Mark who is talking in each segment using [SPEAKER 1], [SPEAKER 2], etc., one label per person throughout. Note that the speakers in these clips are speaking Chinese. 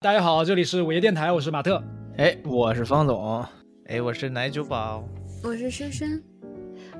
[SPEAKER 1] 大家好，这里是午夜电台，我是马特。
[SPEAKER 2] 哎，我是方总。
[SPEAKER 3] 哎，我是奶酒宝。
[SPEAKER 4] 我是深深，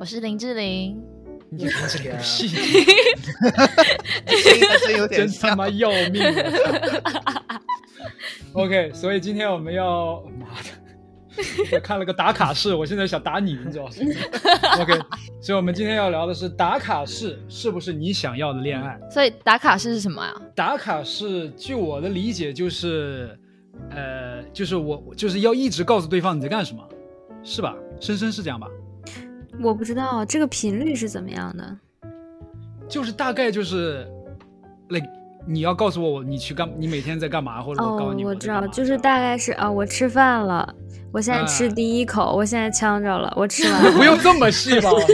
[SPEAKER 5] 我是林志玲，
[SPEAKER 1] 你跟这里个屁，
[SPEAKER 3] 这个真有点
[SPEAKER 1] 真 他
[SPEAKER 3] 像。
[SPEAKER 1] 妈要命啊！OK，所以今天我们要妈的，我看了个打卡式，我现在想打你，你知道吗？OK，所以我们今天要聊的是打卡式是不是你想要的恋爱？
[SPEAKER 5] 所以打卡式是什么啊？
[SPEAKER 1] 打卡式，据我的理解就是，呃，就是我就是要一直告诉对方你在干什么，是吧？深深是这样吧？
[SPEAKER 4] 我不知道这个频率是怎么样的。
[SPEAKER 1] 就是大概就是，like 你要告诉我我你去干你每天在干嘛，或者我告诉
[SPEAKER 4] 哦
[SPEAKER 1] 你，
[SPEAKER 4] 我
[SPEAKER 1] 在
[SPEAKER 4] 知
[SPEAKER 1] 干
[SPEAKER 4] 道，
[SPEAKER 1] 嘛
[SPEAKER 4] 就是大概是啊，我吃饭了，我现在吃
[SPEAKER 1] 嗯
[SPEAKER 4] 第一口，我现在呛着了，我吃完
[SPEAKER 1] 不
[SPEAKER 4] 了。
[SPEAKER 1] 用这么细吧？我 操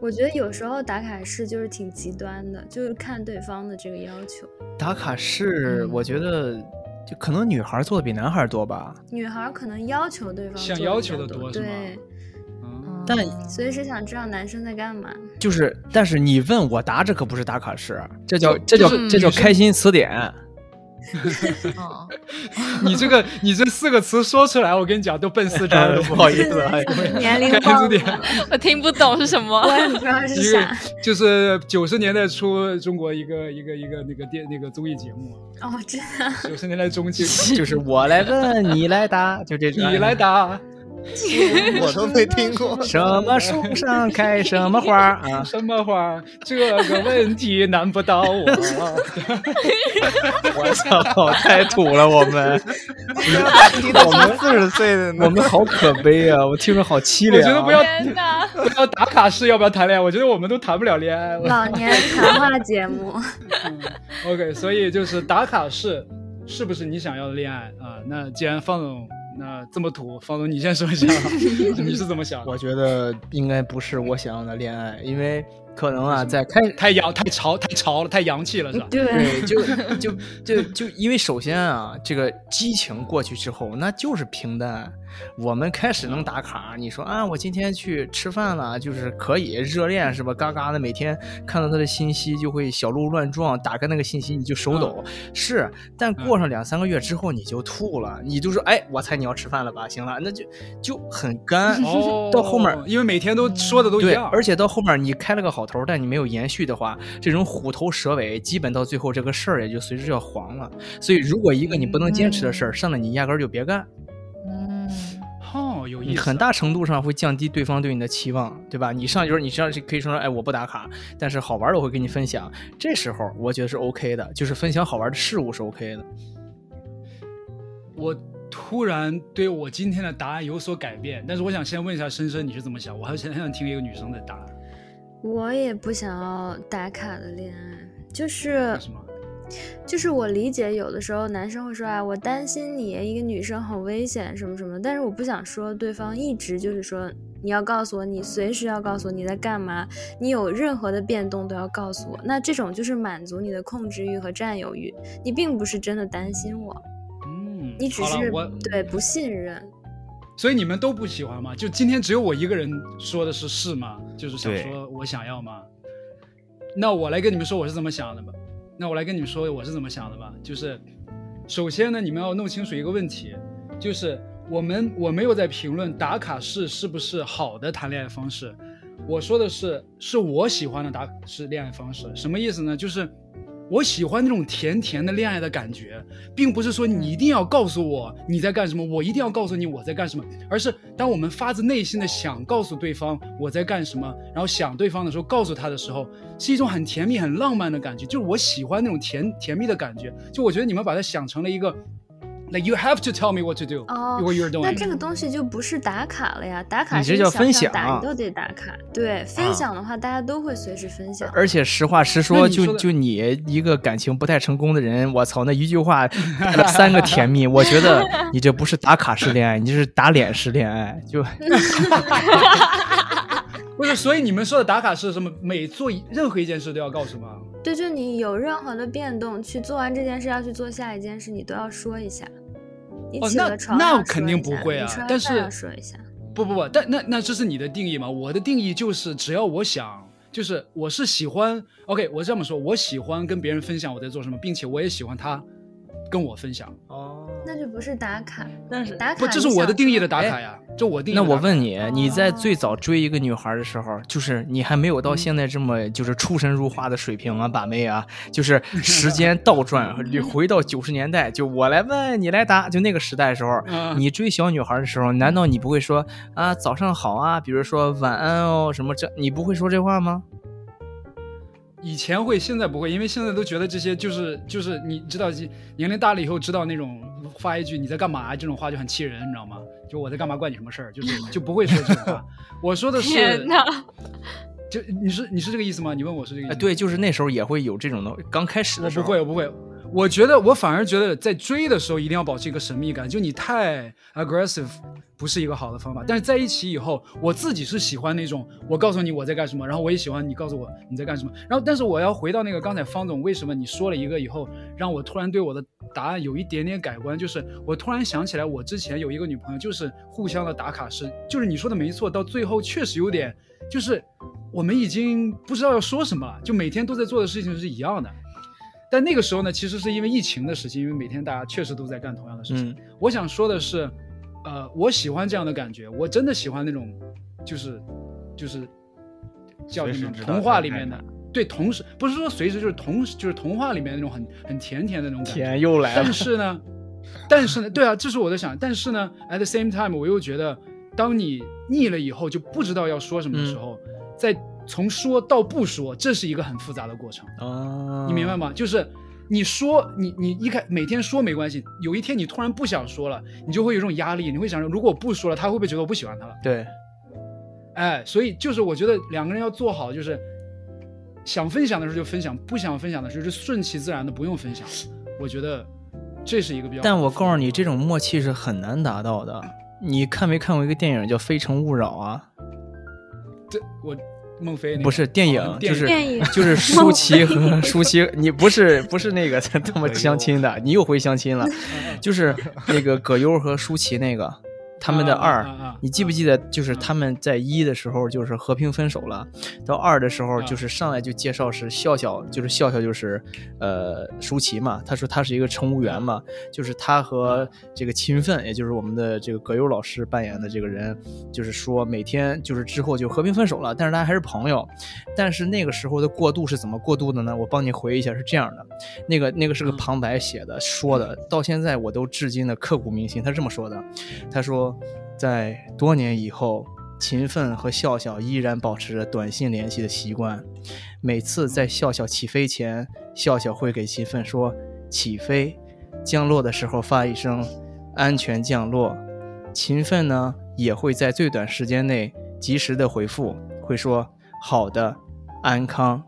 [SPEAKER 4] 我觉得有时候打卡式就是挺极端的，就是看对方的这个要求。
[SPEAKER 2] 打卡式，
[SPEAKER 5] 嗯
[SPEAKER 2] 我觉得就可能女孩做的比男孩多吧，
[SPEAKER 4] 女孩儿可能要求对方
[SPEAKER 1] 想
[SPEAKER 4] 做
[SPEAKER 1] 要
[SPEAKER 4] 比
[SPEAKER 1] 求
[SPEAKER 4] 较
[SPEAKER 1] 的多是吗
[SPEAKER 4] 对，
[SPEAKER 1] 嗯
[SPEAKER 5] 嗯
[SPEAKER 2] 但
[SPEAKER 4] 所以是想知道男生在 干嘛。
[SPEAKER 2] 就是但是你问我答，这可不是打卡式，这叫这叫
[SPEAKER 5] 就是
[SPEAKER 2] 这叫
[SPEAKER 1] 女生
[SPEAKER 2] 开心词典。
[SPEAKER 5] 哦，
[SPEAKER 1] 你这个你这四个词说出来，我跟你讲都奔四张了，都
[SPEAKER 2] 不好意思啊，
[SPEAKER 4] 年龄
[SPEAKER 1] 开
[SPEAKER 4] 暴
[SPEAKER 1] 心词
[SPEAKER 4] 露
[SPEAKER 1] 典
[SPEAKER 4] 了，
[SPEAKER 5] 我听不懂是什么
[SPEAKER 4] 我也不知道是
[SPEAKER 1] 一个
[SPEAKER 4] 啥。
[SPEAKER 1] 就是九十年代初中国一个一个一个那个电那个综艺节目，啊
[SPEAKER 4] 哦， 真的，
[SPEAKER 1] 九十年代中期，
[SPEAKER 2] 就是啊我来问你来答，就这种。。
[SPEAKER 1] 你来答
[SPEAKER 3] 我都没听过
[SPEAKER 2] 什么树上开什么花儿啊？
[SPEAKER 1] 什么花？这个问题难不倒我。
[SPEAKER 2] 我操，太土了，我们
[SPEAKER 3] 你都是四十岁的
[SPEAKER 2] 我
[SPEAKER 3] 呢，
[SPEAKER 2] 们好可悲啊！我听着好凄凉啊。
[SPEAKER 1] 我觉得不要
[SPEAKER 5] 天哪！
[SPEAKER 1] 不要打卡式，要不要谈恋爱？我觉得我们都谈不了恋爱。我
[SPEAKER 4] 老年谈话节目。
[SPEAKER 1] OK，所以就是打卡式是不是你想要的恋爱啊？那既然方总那这么土，方总你先说一下， 你是怎么想的？
[SPEAKER 2] 我觉得应该不是我想要的恋爱，因为可能啊，在开
[SPEAKER 1] 太洋太潮太潮了，太洋气了是吧？
[SPEAKER 4] 对，
[SPEAKER 2] 对，就就就就因为首先啊，这个激情过去之后，那就是平淡。我们开始能打卡，你说啊，我今天去吃饭了，就是可以热恋是吧？嘎嘎的，每天看到他的信息就会小鹿乱撞，打开那个信息你就手抖。是，但过上两三个月之后你就吐了，你就说哎，我猜你要吃饭了吧？行了，那就就很 干。
[SPEAKER 1] 哦，
[SPEAKER 2] 到后面
[SPEAKER 1] 因为每天都说的都一
[SPEAKER 2] 对，
[SPEAKER 1] 样，
[SPEAKER 2] 而且到后面你开了个好头，但你没有延续的话，这种虎头蛇尾，基本到最后这个事儿也就随之要黄了。所以，如果一个你不能坚持的事儿，上来你压根儿就别干，
[SPEAKER 5] 嗯，
[SPEAKER 1] 哦有意
[SPEAKER 2] 你
[SPEAKER 1] 思，
[SPEAKER 2] 嗯很大程度上会降低对方对你的期望，对吧？你上一轮你上去可以说，哎，我不打卡，但是好玩的我会跟你分享。这时候我觉得是 OK 的，就是分享好玩的事物是 OK 的。
[SPEAKER 1] 我突然对我今天的答案有所改变，但是我想先问一下深深你是怎么想？我还想很想听一个女生的答案，
[SPEAKER 4] 我也不想要打卡的恋爱，就是
[SPEAKER 1] 为什么？
[SPEAKER 4] 就是我理解，有的时候男生会说啊，我担心你一个女生很危险什么什么，但是我不想说对方一直就是说你要告诉我，你随时要告诉我你在干嘛，你有任何的变动都要告诉我，那这种就是满足你的控制欲和占有欲，你并不是真的担心我，
[SPEAKER 1] 嗯，
[SPEAKER 4] 你只
[SPEAKER 1] 好了
[SPEAKER 4] 是
[SPEAKER 1] 我
[SPEAKER 4] 对不信任。
[SPEAKER 1] 所以你们都不喜欢吗？就今天只有我一个人说的是是吗？就是想
[SPEAKER 3] 对
[SPEAKER 1] 说我想要吗？那我来跟你们说我是怎么想的吧。那我来跟你们说我是怎么想的吧。就是，首先呢，你们要弄清楚一个问题，就是我们我没有在评论打卡式是不是好的谈恋爱方式，我说的是是我喜欢的打卡式恋爱方式。什么意思呢？就是我喜欢那种甜甜的恋爱的感觉，并不是说你一定要告诉我你在干什么，我一定要告诉你我在干什么，而是当我们发自内心的想告诉对方我在干什么，然后想对方的时候告诉他的时候，是一种很甜蜜、很浪漫的感觉，就是我喜欢那种甜甜蜜的感觉。就我觉得你们把它想成了一个，like you have to tell me what to do,
[SPEAKER 4] 哦
[SPEAKER 1] what you're doing。
[SPEAKER 4] 那这个东西就不是打卡了呀，打卡
[SPEAKER 2] 你
[SPEAKER 4] 是
[SPEAKER 2] 这叫
[SPEAKER 4] 想
[SPEAKER 2] 分
[SPEAKER 4] 想打
[SPEAKER 2] 享
[SPEAKER 4] 你都得打卡。对，分
[SPEAKER 2] 啊
[SPEAKER 4] 享的话大家都会随时分享。
[SPEAKER 2] 而且实话实
[SPEAKER 1] 那
[SPEAKER 2] 说，
[SPEAKER 1] 你说
[SPEAKER 2] 就
[SPEAKER 1] 的
[SPEAKER 2] 就你一个感情不太成功的人，我操，那一句话带了三个甜蜜，我觉得你这不是打卡式恋爱，你这是打脸式恋爱。就
[SPEAKER 1] 不是，所以你们说的打卡是什么？每做一任何一件事都要告诉吗？
[SPEAKER 4] 对，就你有任何的变动，去做完这件事要去做下一件事，你都要说一下。你
[SPEAKER 1] 哦
[SPEAKER 4] 起
[SPEAKER 1] 那
[SPEAKER 4] 了床
[SPEAKER 1] 那
[SPEAKER 4] 要
[SPEAKER 1] 我肯
[SPEAKER 4] 说
[SPEAKER 1] 定
[SPEAKER 4] 一
[SPEAKER 1] 不
[SPEAKER 4] 下
[SPEAKER 1] 会
[SPEAKER 4] 你
[SPEAKER 1] 啊
[SPEAKER 4] 吃完
[SPEAKER 1] 但
[SPEAKER 4] 饭
[SPEAKER 1] 是
[SPEAKER 4] 要说一下。
[SPEAKER 1] 不不不，但那那这是你的定义嘛？我的定义就是，只要我想，就是我是喜欢，OK，我这么说，我喜欢跟别人分享我在做什么，并且我也喜欢他跟我分享。
[SPEAKER 2] 哦，
[SPEAKER 4] 那就不是打卡，
[SPEAKER 2] 但是
[SPEAKER 4] 打卡
[SPEAKER 1] 不，这是
[SPEAKER 4] 你
[SPEAKER 1] 我的
[SPEAKER 4] 想
[SPEAKER 1] 定义
[SPEAKER 4] 说
[SPEAKER 1] 的打卡呀，这我定义
[SPEAKER 2] 哎那
[SPEAKER 1] 的打卡。
[SPEAKER 2] 我问你，你在
[SPEAKER 4] 哦
[SPEAKER 2] 最早追一个女孩的时候，就是你还没有到现在这么就是出神入化的水平啊，把妹啊，就是时间 倒转回到九十年代，就我来问你来答，就那个时代的时候，
[SPEAKER 1] 嗯
[SPEAKER 2] 你追小女孩的时候，难道你不会说啊早上好啊，比如说晚安哦什么这，你不会说这话吗？
[SPEAKER 1] 以前会，现在不会，因为现在都觉得这些就是就是你知道，年龄大了以后知道那种发一句“你在干嘛”这种话就很气人，你知道吗？就我在干嘛关你什么事儿，就是就不会说这种话。 我说的是
[SPEAKER 5] 天，哪！
[SPEAKER 1] 就你是你是这个意思吗？你问我是这个意
[SPEAKER 2] 啊，
[SPEAKER 1] 思？
[SPEAKER 2] 对，，就是那时候也会有这种的，刚开始
[SPEAKER 1] 我
[SPEAKER 2] 的时
[SPEAKER 1] 不
[SPEAKER 2] 候
[SPEAKER 1] 会，我不会。我觉得我反而觉得在追的时候一定要保持一个神秘感，就你太 aggressive 不是一个好的方法。但是在一起以后，我自己是喜欢那种我告诉你我在干什么，然后我也喜欢你告诉我你在干什么。然后，但是我要回到那个刚才方总为什么你说了一个以后，让我突然对我的答案有一点点改观，就是我突然想起来，我之前有一个女朋友，就是互相的打卡是，就是你说的没错，到最后确实有点，就是我们已经不知道要说什么了，就每天都在做的事情是一样的。但那个时候呢，其实是因为疫情的事情，因为每天大家确实都在干同样的事情。
[SPEAKER 2] 嗯，
[SPEAKER 1] 我想说的是，呃，我喜欢这样的感觉，我真的喜欢那种，就是就是叫
[SPEAKER 3] 随
[SPEAKER 1] 什
[SPEAKER 3] 时
[SPEAKER 1] 么
[SPEAKER 3] 知道
[SPEAKER 1] 童话
[SPEAKER 3] 在
[SPEAKER 1] 里面
[SPEAKER 3] 干
[SPEAKER 1] 的
[SPEAKER 3] 嘛，
[SPEAKER 1] 对，同时不是说随时就是同时就是童话里面那种很很甜甜的那种感觉。
[SPEAKER 2] 天又来啊了
[SPEAKER 1] 但，是呢，但是呢，对啊，这是我在想。但是呢，at the same time，我又觉得，当你腻了以后，就不知道要说什么的时候，再从说到不说，这是一个很复杂的过程。
[SPEAKER 2] 哦，
[SPEAKER 1] 你明白吗？就是你说你你一开每天说没关系，有一天你突然不想说了，你就会有一种压力，你会想着如果我不说了，他会不会觉得我不喜欢他了？
[SPEAKER 2] 对，
[SPEAKER 1] 哎，所以就是我觉得两个人要做好，就是想分享的时候就分享，不想分享的时候就顺其自然的不用分享。我觉得这是一个比较。
[SPEAKER 2] 但我告诉你，这种默契是很难达到的。你看没看过一个电影叫《非诚勿扰》啊？
[SPEAKER 1] 这我孟非、那个、
[SPEAKER 2] 不是电
[SPEAKER 1] 哦
[SPEAKER 2] 影，
[SPEAKER 1] 电
[SPEAKER 2] 就
[SPEAKER 1] 影
[SPEAKER 2] 是
[SPEAKER 4] 电影
[SPEAKER 2] 就是舒 淇和舒淇，你不是不是那个
[SPEAKER 1] 哎
[SPEAKER 2] 他们相亲的，你又回相亲了，
[SPEAKER 1] 嗯
[SPEAKER 2] 就是那个葛优和舒淇那个他们的
[SPEAKER 1] 啊啊
[SPEAKER 2] 二
[SPEAKER 1] 啊啊啊，
[SPEAKER 2] 你记不记得？就是他们在一的时候就是和平分手了，到二的时候
[SPEAKER 1] 啊
[SPEAKER 2] 就是上来就介绍是笑笑，就是笑笑就是呃舒淇嘛，他说他是一个乘务员嘛，就是他
[SPEAKER 1] 嗯
[SPEAKER 2] 和这个勤奋，也就是我们的这个葛优老师扮演的这个人，就是说每天就是之后就和平分手了，但是大家还是朋友。但是那个时候的过渡是怎么过渡的呢？我帮你回忆一下，是这样的，那个那个是个
[SPEAKER 1] 嗯
[SPEAKER 2] 旁白写的说的，到现在我都至今的刻骨铭心。他这么说的，他说在多年以后。勤奋和笑笑依然保持着短信联系的习惯，每次在笑笑起飞前，笑笑会给勤奋说“起飞”，降落的时候发一声“安全降落”。勤奋呢也会在最短时间内及时的回复，会说“好的，安康”。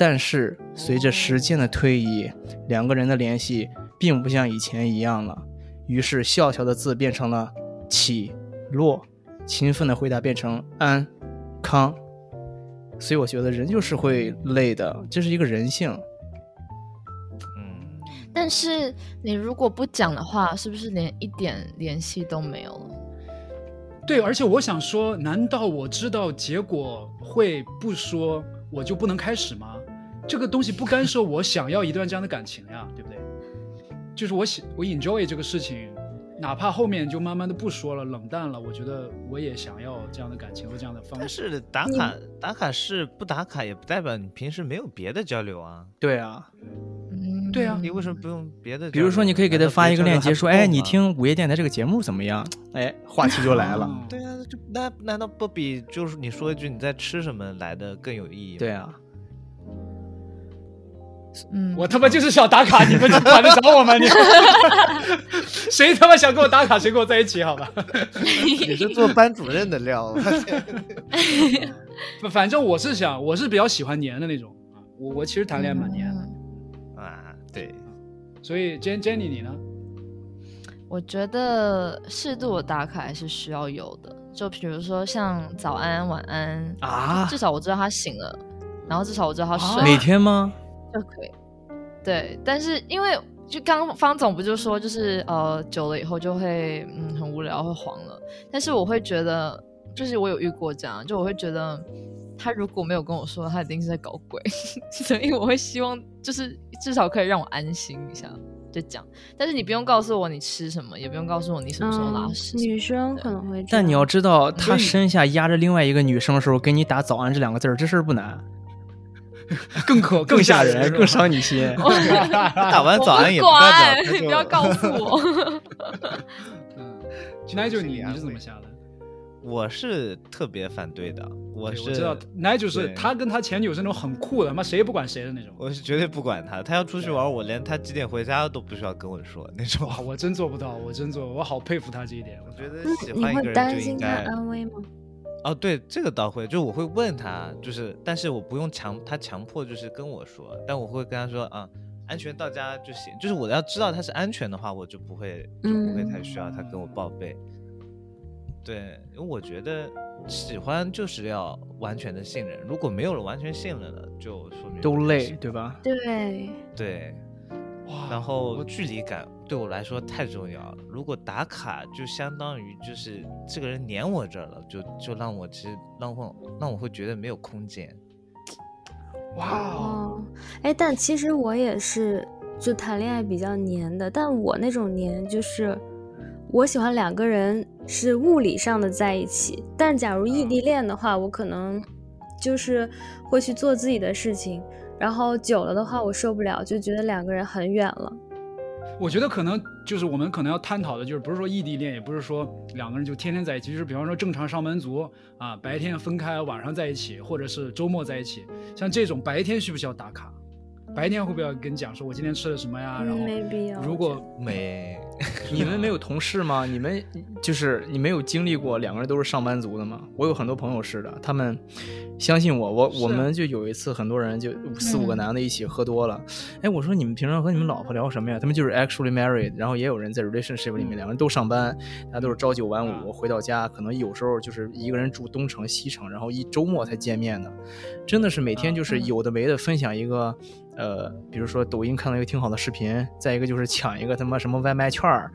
[SPEAKER 2] 但是随着时间的推移，两个人的联系并不像以前一样了。于是笑笑的字变成了“起落”，勤奋的回答变成“安康”。所以我觉得人就是会累的，这是一个人性。
[SPEAKER 3] 嗯，
[SPEAKER 5] 但是你如果不讲的话，是不是连一点联系都没有了？
[SPEAKER 1] 对，而且我想说，难道我知道结果会不说，我就不能开始吗？这个东西不干涉我想要一段这样的感情呀，对不对？就是我喜我 enjoy 这个事情，哪怕后面就慢慢的不说了，冷淡了，我觉得我也想要这样的感情和这样的方
[SPEAKER 3] 但
[SPEAKER 1] 式。
[SPEAKER 3] 是打卡打卡是不打卡，也不代表你平时没有别的交流啊。
[SPEAKER 2] 对啊，
[SPEAKER 5] 嗯，
[SPEAKER 1] 对啊
[SPEAKER 3] 你为什么不用别的交流呢？
[SPEAKER 2] 比如说你可以给
[SPEAKER 3] 难
[SPEAKER 2] 他
[SPEAKER 3] 道
[SPEAKER 2] 发
[SPEAKER 3] 别
[SPEAKER 2] 一个
[SPEAKER 3] 的交流
[SPEAKER 2] 链
[SPEAKER 3] 还
[SPEAKER 2] 接，
[SPEAKER 3] 不
[SPEAKER 2] 说：“
[SPEAKER 3] 够
[SPEAKER 2] 哎，你
[SPEAKER 3] 吗。
[SPEAKER 2] 听午夜电台这个节目怎么样？”哎，话题就来了。
[SPEAKER 1] 嗯
[SPEAKER 3] 对啊，就那难道不比就是你说一句你在吃什么来的更有意义吗？
[SPEAKER 2] 对啊，
[SPEAKER 5] 嗯，
[SPEAKER 1] 我他妈就是想打卡，你们就管得着我吗？你谁他妈想跟我打卡，谁跟我在一起？好吧。
[SPEAKER 3] 你是做班主任的料，
[SPEAKER 1] 反反正我是想，我是比较喜欢黏的那种啊。我我其实谈恋爱蛮黏的，
[SPEAKER 5] 嗯
[SPEAKER 3] 啊，对，
[SPEAKER 1] 所以 Jen Jenny 你呢？
[SPEAKER 5] 我觉得适度的打卡还是需要有的，就比如说像早安、晚安
[SPEAKER 2] 啊
[SPEAKER 5] 至少我知道他醒了，然后至少我知道他睡了
[SPEAKER 2] 每天吗？
[SPEAKER 5] 就可以。对，但是因为就刚刚方总不就说，就是呃，久了以后就会嗯很无聊，会黄了。但是我会觉得，就是我有遇过这样，就我会觉得他如果没有跟我说， 他一定是在搞鬼，所以我会希望就是至少可以让我安心一下。就讲，但是你不用告诉我你吃什么，也不用告诉我你什么时候拉
[SPEAKER 4] 嗯
[SPEAKER 5] 屎什么的。
[SPEAKER 4] 女生可能会这样，
[SPEAKER 2] 但你要知道，他
[SPEAKER 1] 所以
[SPEAKER 2] 身下压着另外一个女生的时候，给你打“早安”这两个字儿，这事儿不难，
[SPEAKER 1] 更可
[SPEAKER 2] 更吓人，更
[SPEAKER 1] 伤。
[SPEAKER 2] 伤你 心。
[SPEAKER 3] 他打完啊早安也
[SPEAKER 5] 我不
[SPEAKER 3] 代表
[SPEAKER 5] 管，
[SPEAKER 3] 他
[SPEAKER 5] 你
[SPEAKER 3] 就
[SPEAKER 5] 不要告诉我。
[SPEAKER 1] 嗯，奶酒你你是怎么想的？
[SPEAKER 3] 我是特别反对的，我
[SPEAKER 1] 对
[SPEAKER 3] 是
[SPEAKER 1] 我知道奶酒是
[SPEAKER 3] 对
[SPEAKER 1] 他跟他前女友是那种很酷的，他妈谁也不管谁的那种。
[SPEAKER 3] 我是绝对不管他，他要出去玩，我连他几点回家都不需要跟我说那种。
[SPEAKER 1] 哇，我真做不到，我真做，我好佩服他这一点。我
[SPEAKER 3] 我觉得
[SPEAKER 4] 嗯
[SPEAKER 3] 喜
[SPEAKER 4] 你
[SPEAKER 3] 欢一个
[SPEAKER 4] 会
[SPEAKER 3] 人
[SPEAKER 4] 担
[SPEAKER 3] 就应
[SPEAKER 4] 心他嗯
[SPEAKER 3] 该
[SPEAKER 4] 安危吗？
[SPEAKER 3] 哦，对，这个倒会，就我会问他，就是，但是我不用强他强迫，就是跟我说，但我会跟他说啊，安全到家就行，就是我要知道他是安全的话，我就不会就不会太需要他跟我报备。
[SPEAKER 4] 嗯
[SPEAKER 3] 对，因为我觉得喜欢就是要完全的信任，如果没有了完全信任了，就说明
[SPEAKER 2] 都
[SPEAKER 3] 不太
[SPEAKER 2] 累，
[SPEAKER 3] 行
[SPEAKER 2] 对吧？
[SPEAKER 4] 对，
[SPEAKER 3] 对，
[SPEAKER 2] 啊
[SPEAKER 1] 哇，
[SPEAKER 3] 然
[SPEAKER 1] 我
[SPEAKER 3] 后距离感对我来说太重要了。如果打卡，就相当于就是这个人粘我这儿了，就就让我其实让我让我会觉得没有空间。
[SPEAKER 1] 哇哦，
[SPEAKER 4] 哦，哎，但其实我也是，就谈恋爱比较黏的，但我那种黏就是，我喜欢两个人是物理上的在一起，但假如异地
[SPEAKER 1] 嗯
[SPEAKER 4] 恋的话，我可能就是会去做自己的事情，然后久了的话，我受不了，就觉得两个人很远了。
[SPEAKER 1] 我觉得可能就是我们可能要探讨的，就是不是说异地恋，也不是说两个人就天天在一起，就是比方说正常上班族啊，白天分开，晚上在一起，或者是周末在一起，像这种白天需不需要打卡？白天会不会要跟你讲说我今天吃了什么呀？啊然
[SPEAKER 4] 嗯，没必要。
[SPEAKER 1] 后如果
[SPEAKER 3] 没，
[SPEAKER 2] 你们没有同事吗？你们就是你没有经历过两个人都是上班族的吗？我有很多朋友是的，他们相信我，我
[SPEAKER 1] 是嗯
[SPEAKER 2] 我们就有一次很多人就五四五个男的一起喝多了，哎，我说你们平常和你们老婆聊什么呀？他们就是 actually married，然后也有人在 relationship 里面，两个人都上班，大家都是朝九晚五，
[SPEAKER 1] 嗯
[SPEAKER 2] 回到家可能有时候就是一个人住东城西城，然后一周末才见面的，真的是每
[SPEAKER 4] 嗯
[SPEAKER 2] 天就是有的没的分享一个，呃，比如说抖音看到一个挺好的视频，再一个就是抢一个他妈什么外卖券儿，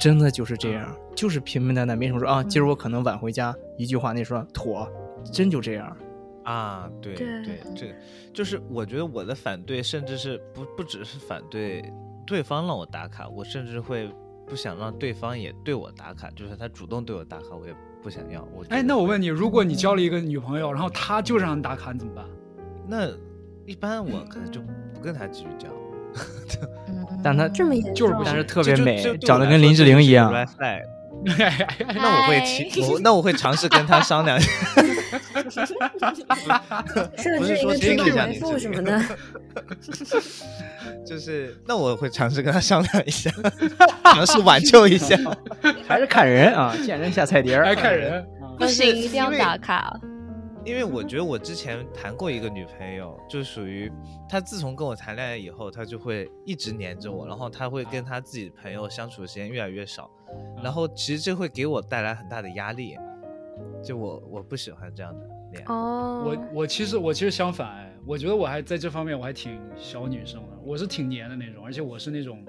[SPEAKER 2] 真的就是这样，
[SPEAKER 4] 嗯
[SPEAKER 2] 就是平平淡淡，没什么说啊，今儿我可能晚回家，一句话那说妥，真就这样。
[SPEAKER 3] 啊，对
[SPEAKER 4] 对
[SPEAKER 3] 对，这就是我觉得我的反对，甚至是不不只是反对对方让我打卡，我甚至会不想让对方也对我打卡，就是他主动对我打卡，我也不想要。我
[SPEAKER 1] 哎，那我问
[SPEAKER 3] 你，
[SPEAKER 1] 你，如果你交了一个女朋友，然后她就让你打卡，你怎么办？
[SPEAKER 3] 那一般我可能就不跟他继续讲。
[SPEAKER 2] 但他
[SPEAKER 4] 嗯这么严重，啊
[SPEAKER 1] 就是不
[SPEAKER 2] 但
[SPEAKER 1] 行
[SPEAKER 2] 是特
[SPEAKER 3] 这
[SPEAKER 2] 别
[SPEAKER 3] 就
[SPEAKER 2] 美
[SPEAKER 3] 这对，我
[SPEAKER 2] 长得
[SPEAKER 3] 来
[SPEAKER 2] 跟
[SPEAKER 3] 说
[SPEAKER 2] 林志
[SPEAKER 3] 这就
[SPEAKER 2] 玲
[SPEAKER 3] 是
[SPEAKER 2] 一样。
[SPEAKER 3] red flag
[SPEAKER 1] 哎
[SPEAKER 3] 哎那我会提，我那我会尝试跟他 商量一下。
[SPEAKER 4] 设
[SPEAKER 3] 不
[SPEAKER 4] 置
[SPEAKER 3] 是
[SPEAKER 4] 一
[SPEAKER 3] 说
[SPEAKER 4] 个自
[SPEAKER 3] 听一
[SPEAKER 4] 动
[SPEAKER 3] 下
[SPEAKER 4] 回
[SPEAKER 3] 你
[SPEAKER 4] 复
[SPEAKER 3] 这
[SPEAKER 4] 什
[SPEAKER 3] 个
[SPEAKER 4] 么的。
[SPEAKER 3] 就是那我会尝试跟他商量一下，尝试挽救一下。
[SPEAKER 2] 还是看人 啊，见人下菜碟 儿。
[SPEAKER 1] 来看人啊，
[SPEAKER 5] 不行，一定要
[SPEAKER 3] 因为
[SPEAKER 5] 打卡。
[SPEAKER 3] 因为我觉得我之前谈过一个女朋友，就属于她自从跟我谈恋爱以后，她就会一直黏着我，然后她会跟她自己的朋友相处的时间越来越少，然后其实这会给我带来很大的压力，就我我不喜欢这样的恋爱。
[SPEAKER 4] 哦，
[SPEAKER 1] 我我其实我其实相反，哎，我觉得我还在这方面我还挺小女生的，我是挺黏的那种，而且我是那种，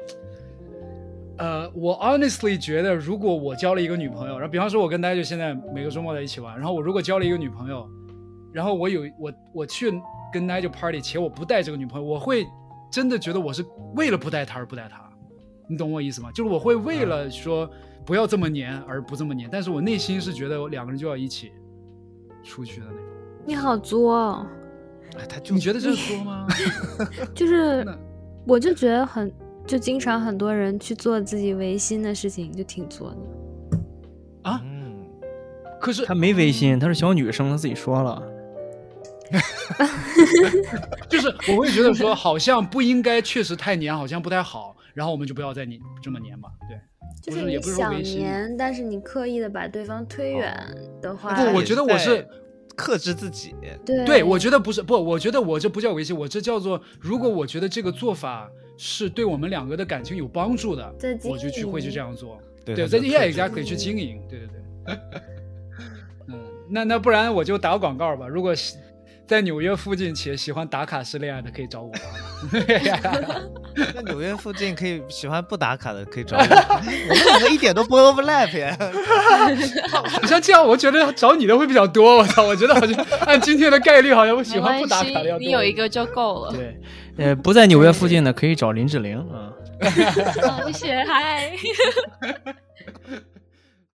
[SPEAKER 1] 呃，我 honestly 觉得，如果我交了一个女朋友，然后比方说我跟大家就现在每个周末在一起玩，然后我如果交了一个女朋友，然后我有我我去跟 Nigel party 且我不带这个女朋友，我会真的觉得我是为了不带她而不带她，你懂我意思吗？就是我会为了说不要这么黏而不这么黏，但是我内心是觉得两个人就要一起出去的那种。
[SPEAKER 4] 你好作 哦，
[SPEAKER 3] 哎她就
[SPEAKER 1] 你觉得这是作 吗？
[SPEAKER 4] 就是
[SPEAKER 1] 那
[SPEAKER 4] 我就觉得很，就经常很多人去做自己违心的事情，就挺作的。
[SPEAKER 1] 啊
[SPEAKER 3] 嗯，
[SPEAKER 1] 可是
[SPEAKER 2] 他没微信，他是小女生，他自己说了。
[SPEAKER 1] 就是 我会觉得说，好像不应该，确实太黏，好像不太好，然后我们就不要再黏这么黏吧。对，
[SPEAKER 4] 就
[SPEAKER 1] 不
[SPEAKER 4] 是
[SPEAKER 1] 是也
[SPEAKER 4] 你
[SPEAKER 1] 不是说
[SPEAKER 4] 想
[SPEAKER 1] 违心哦
[SPEAKER 4] 黏，但是你刻意的把对方推远的话，
[SPEAKER 1] 不，我觉得我是。
[SPEAKER 3] 克制自己，
[SPEAKER 4] 对
[SPEAKER 1] 对，我觉得不是，不，我觉得我这不叫维系，我这叫做，如果我觉得这个做法是对我们两个的感情有帮助的
[SPEAKER 4] 在，经
[SPEAKER 1] 我就去会去
[SPEAKER 4] 营
[SPEAKER 1] 这样做。
[SPEAKER 3] 对
[SPEAKER 1] 对，
[SPEAKER 3] 她
[SPEAKER 1] 在
[SPEAKER 3] 就
[SPEAKER 1] Yeah
[SPEAKER 3] 克
[SPEAKER 1] exactly
[SPEAKER 3] 制
[SPEAKER 1] 去经营，对对对。嗯，那那不然我就打个广告吧。如果喜在纽约附近且喜欢打卡式恋爱的，可以找我。
[SPEAKER 3] 那纽约附近可以喜欢不打卡的可以 找我，我们两个一点都不 overlap 呀。
[SPEAKER 1] 好像这样，我觉得找你的会比较多。我操，我觉得好像按今天的概率，好像我喜
[SPEAKER 5] 没
[SPEAKER 1] 欢
[SPEAKER 5] 关
[SPEAKER 1] 不打卡的要多。
[SPEAKER 5] 系，
[SPEAKER 4] 嗯
[SPEAKER 5] 你有一个就够了。
[SPEAKER 2] 对，呃，不在纽约附近的可以找林志玲啊。
[SPEAKER 5] 嗯谢谢，嗨。